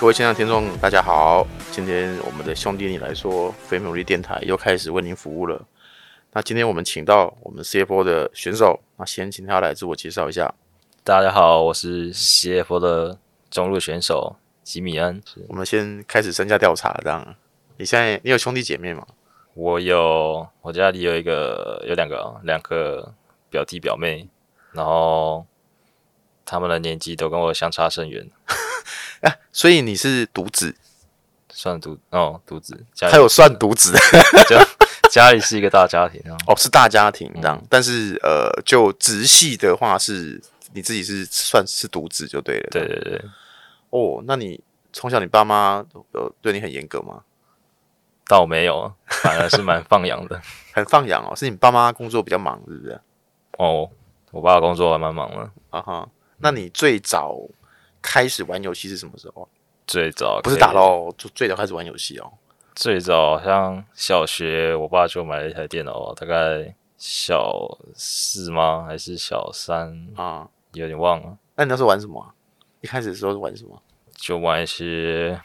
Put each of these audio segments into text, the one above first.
各位线上听众，大家好！今天我们的兄弟你来说非努力电台又开始为您服务了。那今天我们请到我们 CFO 的选手，那先请他来自我介绍一下。大家好，我是 CFO 的中路选手吉米恩。我们先开始身家调查，这样。你现在你有兄弟姐妹吗？我有，我家里有一个，有两个，两个表弟表妹，然后他们的年纪都跟我相差甚远，啊，所以你是独子，算独哦独子，家他里有算独子 家家里是一个大家庭啊。哦，是大家庭这样。但是呃，就直系的话是，你自己是算是独子就 对了。对对对，哦，那你从小你爸妈呃对你很严格吗？但我没有，反而是蛮放养的。 很放养哦，是你爸妈工作比较忙，是不是？哦，我爸工作还蛮忙的，啊哈，那你最早开始玩游戏是什么时候啊？最早不是可以打，咯，就最早开始玩游戏哦。最早好像小学，我爸就买了一台电脑，大概小四吗？还是小三？啊，有点忘了，那你那时候玩什么啊、一开始的时候是玩什么？就玩一些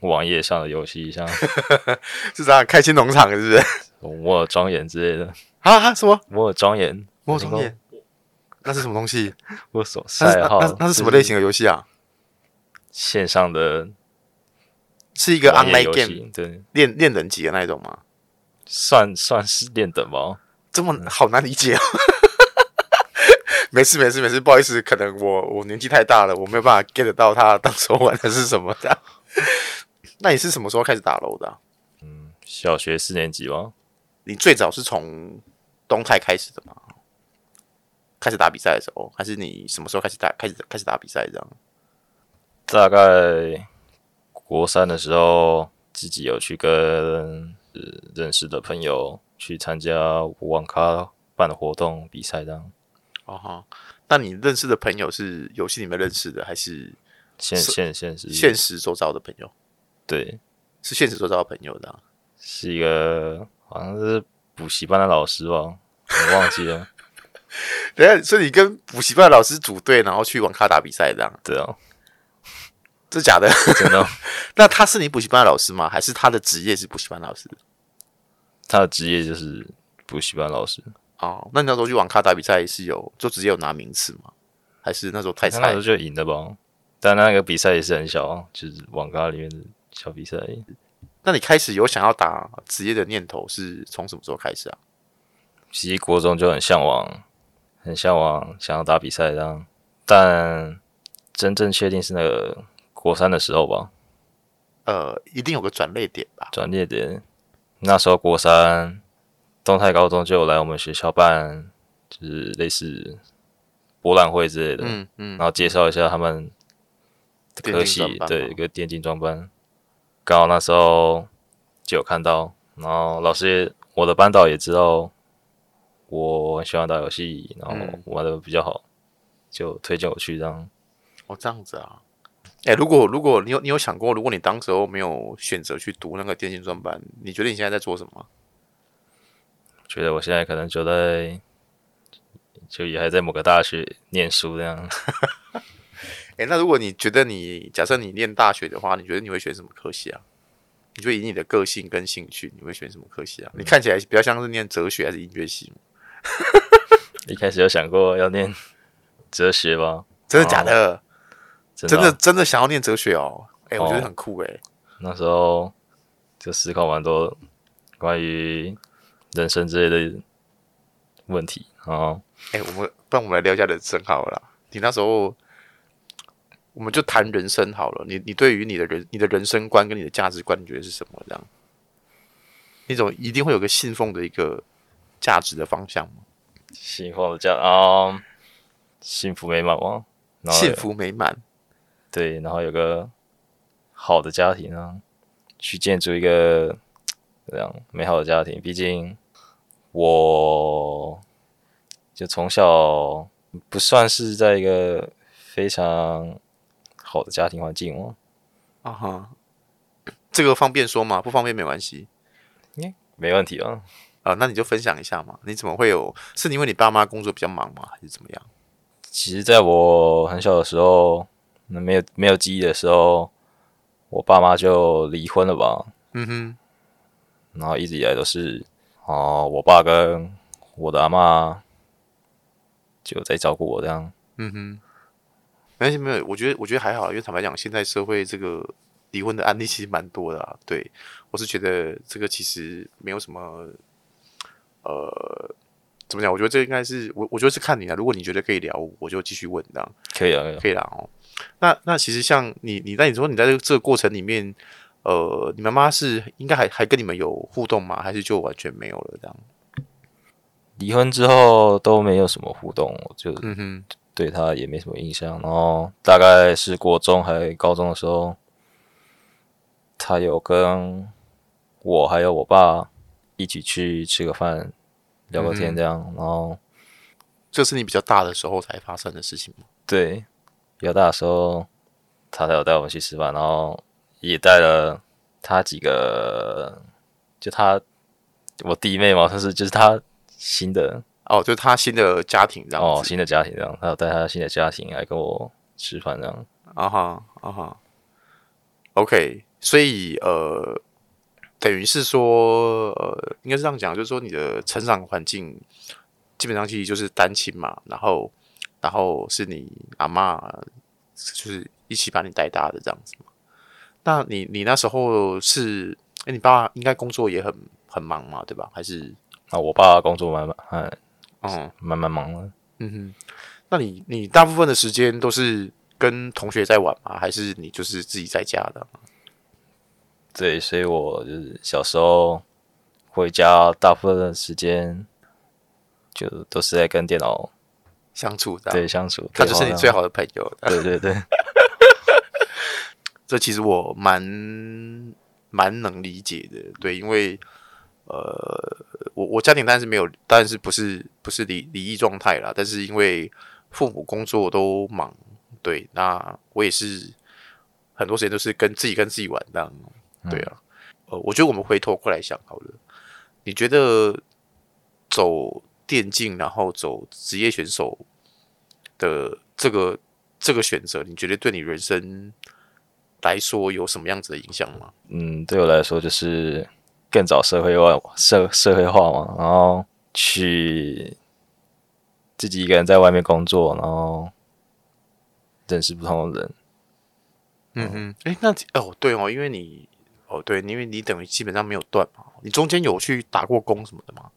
网页上的游戏，像是这样，开心农场是不是？摩尔庄园之类的。 啊啊，什么？摩尔庄园，魔宠眼？那是什么东西？我所那是爱那好那那是什么类？型的游戏啊？就是线上的是一一个 online game 对，练练人级的那一种吗？算算是练等吧。这么好难理解啊！ 没事没事没事，不好意思，可能我我年纪太大了，我没有办法 get 到他当时候玩的是什么的。那你是什么时候开始打楼的啊、小学四年级吧，你最早是从东泰开始的吗？开始打比赛的时候，还是你什么时候开始打开始开始打比赛这样？大概国三的时候，自己有去跟、呃认识的朋友去参加网咖办的活动比赛，这样哦哈，那你认识的朋友是游戏里面认识的，还是现是现现实现实周遭的朋友？对是现实周遭的朋友的啊、是一个好像是补习班的老师吧，我忘记了。等一下，所以你跟补习班的老师组队，然后去网咖打比赛这样，对啊，这假的？ 真的，哦那他是你补习班的老师吗？还是他的职业是补习班老师？他的职业就是补习班老师。哦，那你那时候去网咖打比赛是有就直接有拿名次吗？还是那时候太他那菜时候了？就赢了吧，但那个比赛也是很小啊，就是网咖里面的小比赛。那你开始有想要打职业的念头是从什么时候开始啊？其实国中就很向往，很向往想要打比赛这样，但真正确定是那个国三的时候吧，呃，一定有个转捩点吧？转捩点。那时候国三，东泰高中就有来我们学校办，就是类似博览会之类的，嗯嗯然，后介绍一下他们的电科竞专系，班哦对，吗一个电竞专班。刚好那时候就有看到，然后老师也，我的班导也知道我喜欢打游戏，然后嗯玩的比较好，就推荐我去这样。哦，这样子啊。哎、如果如果你有你有想过，如果你当时候没有选择去读那个电竞专班，你觉得你现在在做什么？觉得我现在可能就在，就也还在某个大学念书这样。 哎、那如果你觉得你假设你念大学的话，你觉得你会选什么科系啊？你觉得以你的个性跟兴趣，你会选什么科系啊？你看起来比较像是念哲学还是音乐系？一开始有想过要念哲学吧？真的假的？真哦的真啊、的真的想要念哲学哦？哎、我觉得哦很酷哎、那时候就思考蛮多关于人生之类的问题，然后哎、我们不然我们来聊一下人生好了啦。你那时候，我们就谈人生好了。你你对于你的人、你的人生观跟你的价值观，你觉得是什么？这样，那种一定会有个信奉的一个价值的方向吗？幸福的家啊，幸福美满嘛，然后幸福美满，对，然后有个好的家庭啊，去建筑一个这样美好的家庭。毕竟我就从小不算是在一个非常好的家庭环境哦，啊哈，这个方便说吗？不方便没关系没问题啊。啊、那你就分享一下嘛。你怎么会有？是因为你爸妈工作比较忙吗？还是怎么样？其实在我很小的时候，嗯没有没有记忆的时候，我爸妈就离婚了吧，嗯哼，然后一直以来都是哦、我爸跟我的阿妈就在照顾我这样。嗯哼，没关系，没有，我觉得我觉得还好，因为坦白讲，现在社会这个离婚的案例其实蛮多的啊。对我是觉得这个其实没有什么，呃，怎么讲？我觉得这应该是我，我觉得是看你啊。如果你觉得可以聊，我就继续问这样。可以啊，可以啊可以啦哦。那那其实像你你那你说你在这个这个过程里面，呃，你妈妈是应该还还跟你们有互动吗？还是就完全没有了这样？离婚之后都没有什么互动，我就嗯哼，对他也没什么印象。然后大概是国中还高中的时候，他有跟我还有我爸一起去吃个饭，聊个天这样。然后这是你比较大的时候才发生的事情吗？对，比较大的时候，他才有带我们去吃饭，然后也带了他几个，就他我弟妹嘛，算是就是他新的哦，就是他新的家庭这样哦子。新的家庭这样，他有带他新的家庭来跟我吃饭这样。啊哈啊哈。OK，所以呃，等于是说呃，应该是这样讲，就是说你的成长环境基本上其实就是单亲嘛，然后然后是你阿妈就是一起把你带大的这样子嘛。那你你那时候是，哎，你爸应该工作也很很忙嘛，对吧？还是啊，我爸工作蛮蛮嗯蛮蛮忙的，嗯哼，那你你大部分的时间都是跟同学在玩吗？还是你就是自己在家的？对，所以我就是小时候回家大部分的时间就都是在跟电脑相处的，对相处，他就是你最好，好的朋友。对对对，这其实我蛮蛮能理解的，对，因为呃，我我家庭当然是没有，当然是不是不是离离异状态啦，但是因为父母工作都忙，对，那我也是很多时间都是跟自己跟自己玩这样，对啊，呃，我觉得我们回头过来想好了，你觉得走电竞然后走职业选手的这个这个选择，你觉得对你人生？来说有什么样子的影响吗？嗯，对我来说就是更早社会化社社会化嘛，然后去自己一个人在外面工作，然后认识不同的人，嗯嗯，哎，那哦对哦，因为你哦对，因为你等于基本上没有断嘛，哦你中间有去打过工什么的吗？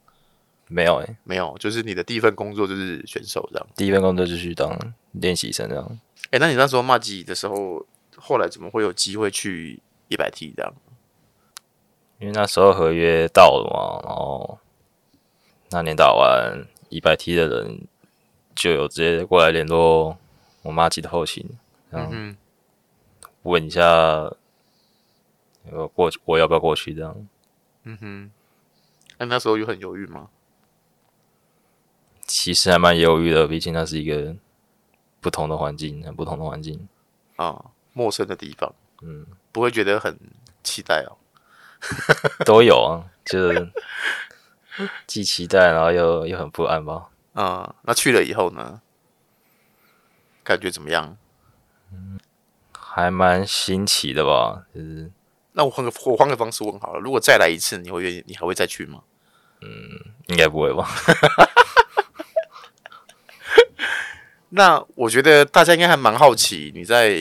没有诶、欸没有，就是你的第一份工作就是选手这样。第一份工作就去当练习生这样，哎，那你那时候骂鸡的时候，后来怎么会有机会去一百 T 这样？因为那时候合约到了嘛，然后那年打完一百 T 的人就有直接过来联络我妈级的后勤，嗯哼，问一下我过我要不要过去这样。嗯哼，那你那时候有很犹豫吗？其实还蛮犹豫的，毕竟那是一个不同的环境，很不同的环境。 啊，陌生的地方，嗯，不会觉得很期待哦。都有啊，就是既期待，然后又又很不安吧。啊，那去了以后呢，感觉怎么样？还蛮新奇的吧，就是那我换个我换个方式问好了，如果再来一次，你会愿意，你还会再去吗？应该不会吧？那我觉得大家应该还蛮好奇，你在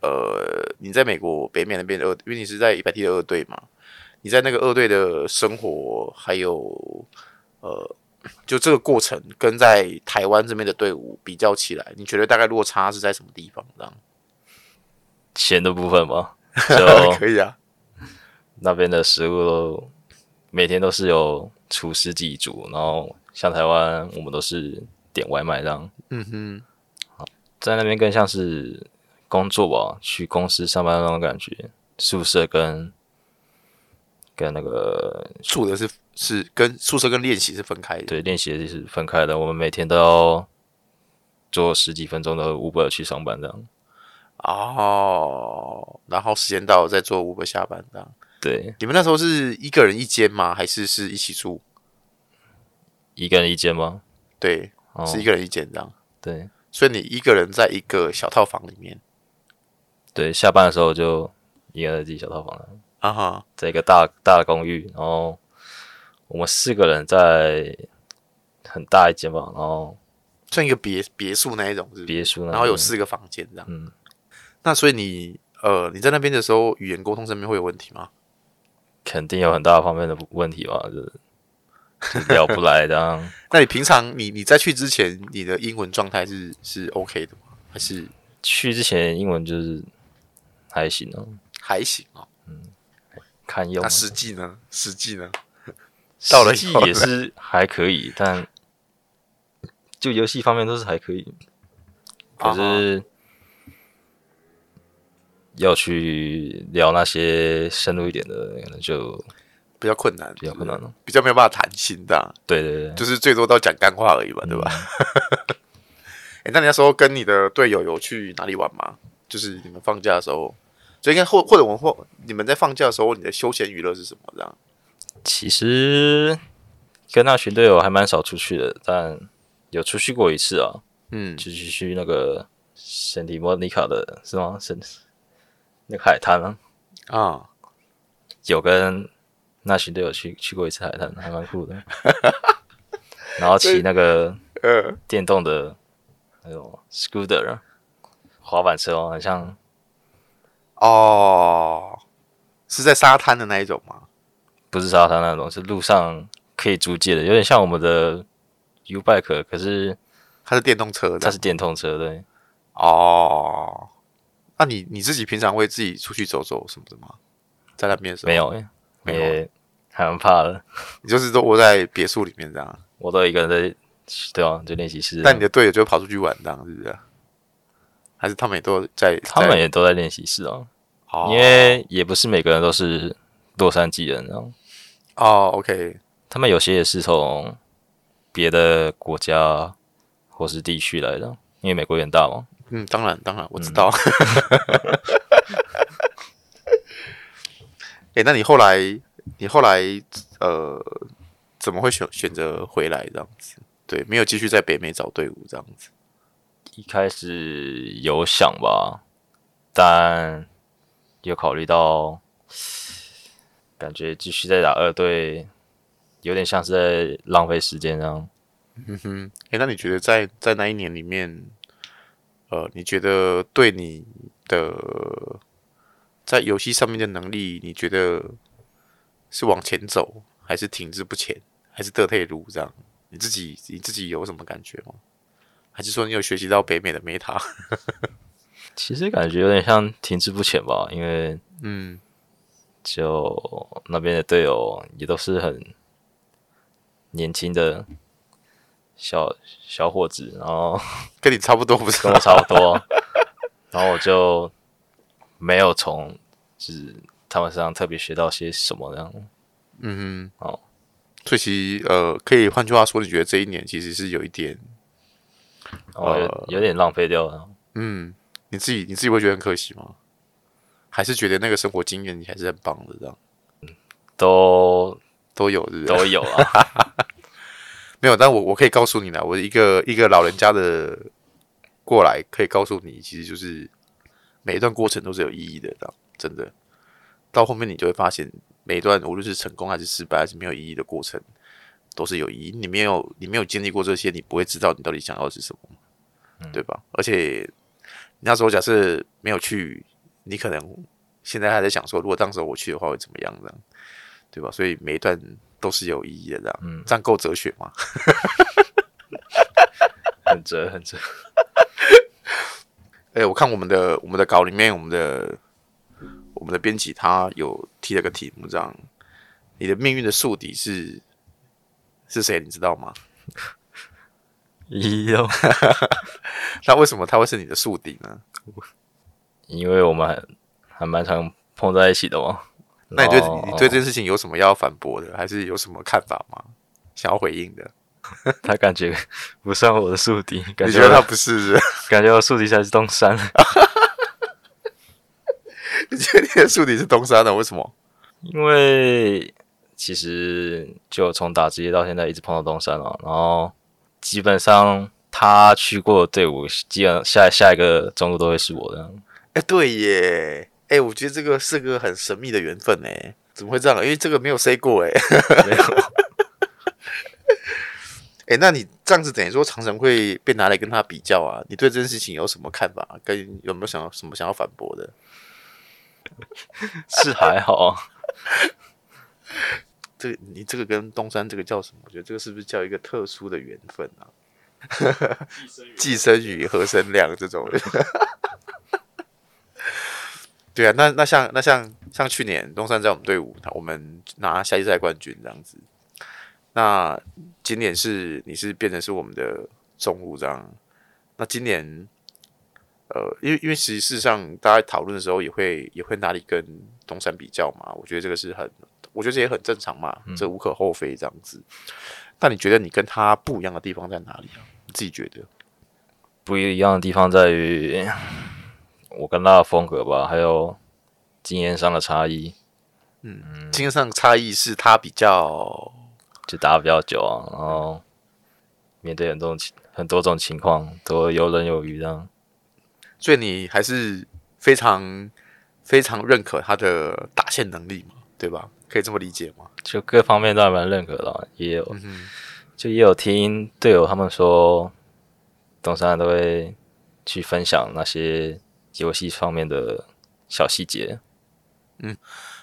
呃你在美国北美那边的二，因为你是在一百 T 的二队嘛，你在那个二队的生活，还有呃就这个过程，跟在台湾这边的队伍比较起来，你觉得大概落差是在什么地方？这样钱的部分吧，就可以啊，那边的食物都每天都是有厨师自己煮，然后像台湾我们都是点外卖这样，嗯哼，在那边更像是工作吧，去公司上班的那种感觉，宿舍跟跟那个住的是是跟宿舍跟练习是分开的，对练习是分开的，我们每天都要坐十几分钟的 Uber 去上班这样。哦，然后时间到了再做 Uber 下班这样。对，你们那时候是一个人一间吗？还是是一起住？一个人一间吗？对，哦，是一个人一间这样。对所以你一个人在一个小套房里面，对，下班的时候就一一个人的自己小套房的，啊哈，在一个大大的公寓，然后我们四个人在很大一间吧，然后算一个别别墅那一种是不是？别墅那，然后有，四个房间这样。嗯，那所以你呃你在那边的时候，语言沟通上面会有问题吗？肯定有很大方面的问题吧，就是就是聊不来这样。 那你平常你你在去之前，你的英文状态是是 OK 的吗？还是去之前英文就是还行哦、还行哦？堪用那啊。实际呢？实际呢？实到了以际后也是还可以，但就游戏方面都是还可以，可啊是要去聊那些深入一点的，可能就比较困难，比较困难，了。比较没有办法谈心的啊、对对对，就是最多到讲干话而已嘛，对吧？嗯 哎、那你那时候跟你的队友有去哪里玩吗？就是你们放假的时候，就应该或或者我们或你们在放假的时候，你的休闲娱乐是什么？这样其实跟那群队友还蛮少出去的，但有出去过一次啊，嗯，就是去那个圣地莫尼卡的是吗？圣那个海滩啊。啊，有跟那群队友去去过一次海滩，还蛮酷的。 然后骑那个呃，电动的那种 scooter 啊滑板车哦，很像哦，是在沙滩的那一种吗？不是沙滩那种，是路上可以租借的，有点像我们的 U bike，可是它是电动车的它是电动车，对，哦。那你你自己平常会自己出去走走什么的吗？在那边的时候没，有耶，没有啊也还蛮怕的。你就是都窝在别墅里面这样，我都一个人在，对啊，就练习室。但你的队友就跑出去玩这样，是不是？还是他们也都在？他们在也都在练习室哦，哦因为也不是每个人都是洛杉矶人，然后哦，OK，他们有些也是从别的国家或是地区来的，因为美国也很大嘛。嗯，当然当然，我知道。哎、嗯那你后来你后来呃，怎么会选选择回来这样子？对，没有继续在北美找队伍这样子。一开始有想吧，但有考虑到，感觉继续在打二队，有点像是在浪费时间这啊样。嗯哼，哎、那你觉得在在那一年里面，呃，你觉得对你的在游戏上面的能力，你觉得是往前走，还是停滞不前，还是得退路这样？你自己你自己有什么感觉吗？还是说你有学习到北美的 Meta？其实感觉有点像停滞不前吧，因为嗯，就那边的队友也都是很年轻的小小伙子，然后。跟你差不多不是跟吗？我差不 多，然后我就没有从就是他们身上特别学到些什么这样。嗯哼，哦，所以其实呃，可以换句话说，你觉得这一年其实是有一点，然后有呃有点浪费掉了。嗯，你自己你自己会觉得很可惜吗？还是觉得那个生活经验你还是很棒的这样？都都有，是不是？都 有啊，没有，但我我可以告诉你啦，我一个一个老人家的过来，可以告诉你，其实就是每一段过程都是有意义的，这样真的。到后面你就会发现，每一段无论是成功还是失败，还是没有意义的过程，都是有意义。你没有你没有经历过这些，你不会知道你到底想要的是什么，对吧？而且你那时候假设没有去，你可能现在还在想说，如果当时我去的话会怎么样，这样对吧？所以每一段都是有意义的，这样，嗯这样够哲学吗？很折很折。哎、我看我们的我们的稿里面，我们的我们的编辑他有提了个题目，这样，你的命运的宿敌是是谁？你知道 吗？咦哟， 那为什么他会是你的宿敌呢？因为我们还还蛮常碰在一起的嘛。那你对、然后你对这件事情有什么要反驳的，还是有什么看法吗？想要回应的？他感觉 不算我的宿敌，感你觉得他我不是是不是？ 感觉我宿敌才是东山。你觉得你的宿敌是东山的？为什么？因为其实就从打职业到现在一直碰到东山了，然后基本上他 去过的队伍，基本下下一个中路都会是我的。哎、对耶，哎、我觉得这个是个很神秘的缘分哎、怎么会这样？因为这个没有 say 过哎、没有，哎、那你这样子等于说长城会被拿来跟他比较啊？你对这件事情有什么看法？跟有没有想要什么想要反驳的？是还好啊，这个你这个跟东山这个叫什么？我觉得这个是不是叫一个特殊的缘分啊？寄生鱼、和生亮这种。 对啊，那那像那像像去年东山在我们队伍，他我们拿夏季赛冠军这样子。那今年是你是变成是我们的中路这样。那今年，呃，因为因为其实事实上大家讨论的时候也会也会哪里跟东山比较嘛，我觉得这个是很，我觉得这也很正常嘛，嗯这无可厚非这样子。那你觉得你跟他不一样的地方在哪里啊？你自己觉得？不一样的地方在于我跟他的风格吧，还有经验上的差异，嗯经验上差异是他比较，就打得比较久啊，然后面对很多种情很多种情况都游刃有余，这样所以你还是非常非常认可他的打线能力嘛，对吧？可以这么理解吗？就各方面都还蛮认可的啊、也有嗯哼，就也有听队友他们说，东山都会去分享那些游戏方面的小 细节，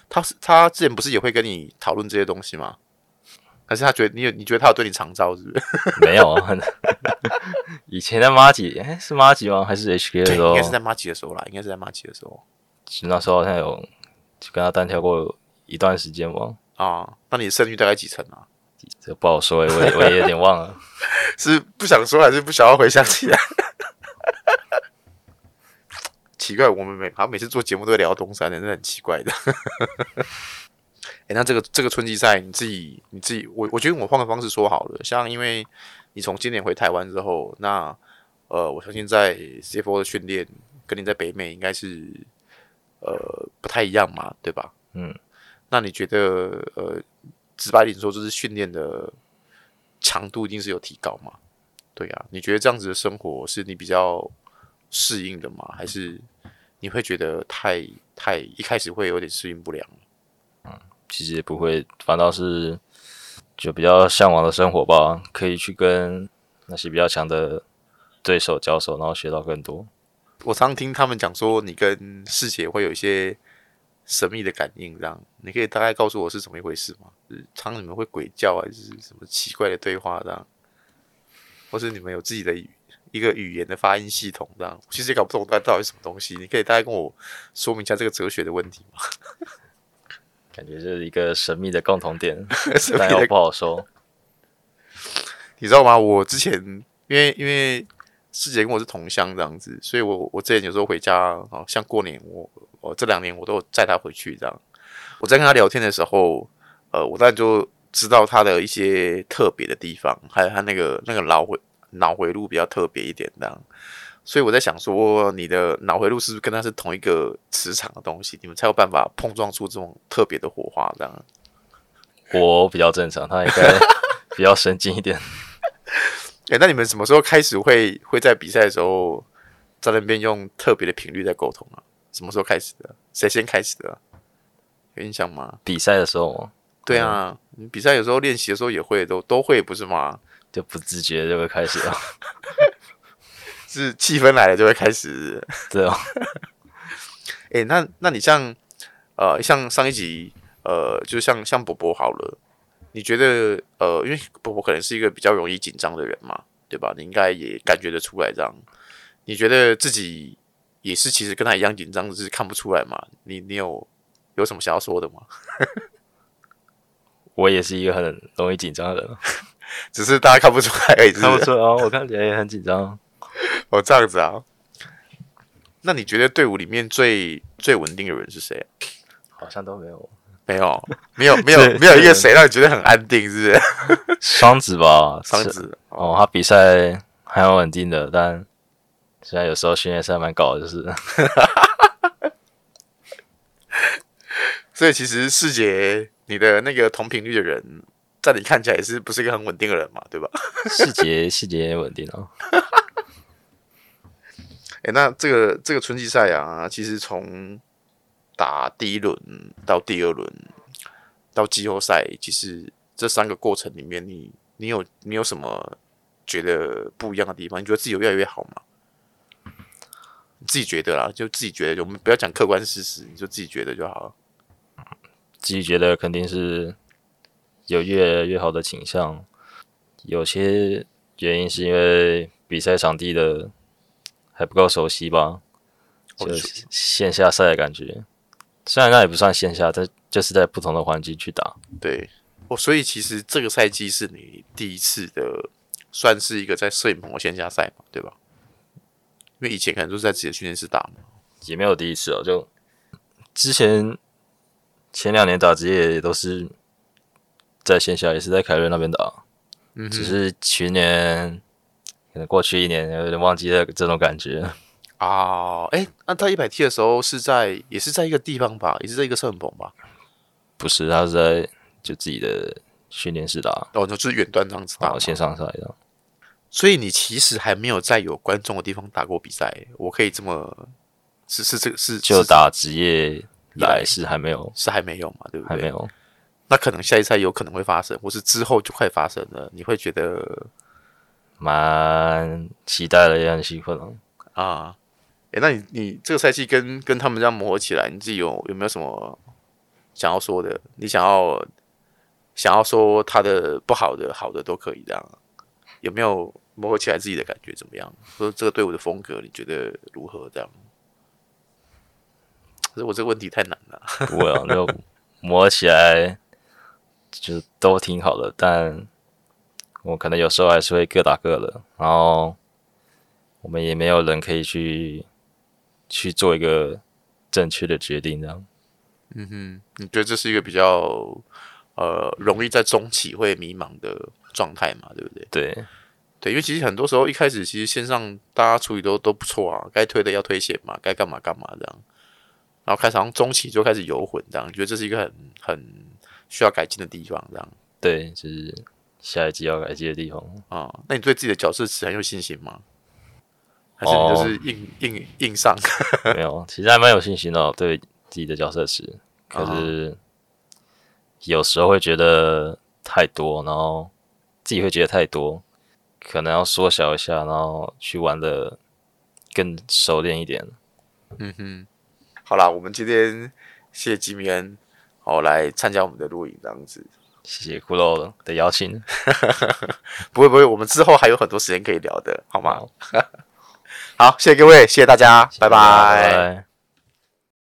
他是他之前不是也会跟你讨论这些东西吗？可是他觉得你有，你觉得他有对你长招是不是？没有啊。 很以前的马吉，哎、是马吉吗？还是 HK 的时 应候该？是在马吉的时候啦，应该是在马吉的时候那时候好像有就跟他单挑过一段时间吧，啊。那你的胜率大概几成啊？这不好说、欸，我也我也有点忘了。是不想说还是不想要回想起来？ 奇怪，我们每好像每次做节目都会聊东山的，真的很奇怪的。 哎、那这个这个春季赛，你自己你自己，我我觉得我换个方式说好了，像因为你从今年回台湾之后，那呃，我相信在 CFO 的训练跟你在北美应该是呃不太一样嘛，对吧？嗯，那你觉得呃，直白点说，就是训练的强度一定是有提高嘛？对啊，你觉得这样子的生活是你比较适应的吗？还是你会觉得太太一开始会有点适应不良？其实也不会，反倒是就比较向往的生活吧，可以去跟那些比较强的对手交手，然后学到更多。我常听他们讲说，你跟师姐会有一些神秘的感应，这样你可以大概告诉我是怎么一回事吗？是常你们会鬼叫啊还是什么奇怪的对话这样，或是你们有自己的语一个语言的发音系统这样？我其实也搞不懂它到底是什么东西，你可以大概跟我说明一下这个哲学的问题吗？感觉就是一个神秘的共同 点，神秘但的又不好说。你知道吗？我之前因为因为师姐跟我是同乡这样子，所以我我之前有时候回家，好像过年我我这两年我都有载她回去这样。我在跟她聊天的时候，呃，我当然就知道她的一些特别的地方，还有她那个那个脑回脑回路比较特别一点这样。所以我在想说，你的脑回路是不是跟它是同一个磁场的东西，你们才有办法碰撞出这种特别的火花这样。我比较正常，他应该比较神经一点。哎、那你们什么时候开始会会在比赛的时候在那边用特别的频率在沟通啊？什么时候开始的？谁先开始的啊？有印象吗？比赛的时候嘛对啊，你比赛有时候练习的时候也会，都都会不是吗？就不自觉就会开始了，是气氛来了就会开始。对哦，哎、那那你像呃，像上一集呃，就像像伯伯好了，你觉得呃，因为伯伯可能是一个比较容易紧张的人嘛，对吧？你应该也感觉得出来这样。你觉得自己也是其实跟他一样紧张，只是看不出来嘛？你你有有什么想要说的吗？我也是一个很容易紧张的人，只是大家看不出来而已，是看不不是 出来哦，我看起来也很紧张。哦，这样子啊。那你觉得队伍里面最最稳定的人是谁啊？好像都没有没有，没有， 没有这，没有一个谁让你觉得很安定，是不是？ 双子吧，双是子哦，他比赛还蛮稳定的，但虽然有时候训练赛蛮搞的，就是 所以其实世杰，你的那个同频率的人，在你看起来也是不是一个很稳定的人嘛，对吧？ 细节细节也稳定哦。诶，那这个这个春季赛啊，其实从打第一轮到第二轮到季后赛，其实这三个过程里面你，你有你有什么觉得不一样的地方？你觉得自己有越来越好吗？你自己觉得啦，就自己觉得，我们不要讲客观事实，你就自己觉得就好了。自己觉得肯定是有越来越好的倾向。有些原因是因为比赛场地的还不够熟悉吧，哦就你是线下赛的感觉。虽然那也不算线下，但就是在不同的环境去打。对，哦，所以其实这个赛季是你第一次的，算是一个在摄影棚的线下赛嘛，对吧？因为以前可能都是在自己的训练室打嘛。也没有第一次哦，就之前前两年打职业也都是在线下，也是在凯瑞那边打，嗯只是去年可能过去一年有点忘记了这种感觉。啊，哎、那他一百 T 的时候是在也是在一个地方吧，也是在一个摄影棚吧？不是，他是在就自己的训练室打，哦，就是远端这样子打然嘛后。线上赛的。所以你其实还没有在有观众的地方打过比赛，我可以这么是是这个是就是打职业以以来来是还没有，是还没有嘛，对不还对？没有。那可能下一赛有可能会发生，或是之后就快发生了，你会觉得蛮期待的，也很兴奋哦。啊，哎、那你你这个赛季跟跟他们这样磨合起来，你自己有有没有什么想要说的？你想要想要说他的不好的、好的都可以这样，有没有磨合起来自己的感觉怎么样？说这个队伍的风格你觉得如何？这样？可是我这个问题太难了 不会啊，就磨起来就都挺好的，但我可能有时候还是会各打各的，然后我们也没有人可以去去做一个正确的决定，这样你觉得这是一个比较呃容易在中期会迷茫的状态嘛？对不对？对，对，因为其实很多时候一开始其实线上大家处理都都不错啊，该推的要推线嘛，该干嘛干嘛这样。然后开始好像中期就开始游魂这样，觉得这是一个很很需要改进的地方这样对，就是下一季要改进的地方。啊、那你对自己的角色词很有信心吗？还是你就是硬、硬硬上？ 没有，其实还蛮有信心的哦、对自己的角色池。可啊是有时候会觉得太多，然后自己会觉得太多，可能要缩小一下，然后去玩的更熟练一点。嗯哼，好啦，我们今天谢谢吉米恩哦来参加我们的录影这样子。谢谢骷髅的邀请，不会不会，我们之后还有很多时间可以聊的，好吗？好 好，谢谢各位，谢谢大家，谢拜谢大家拜拜拜。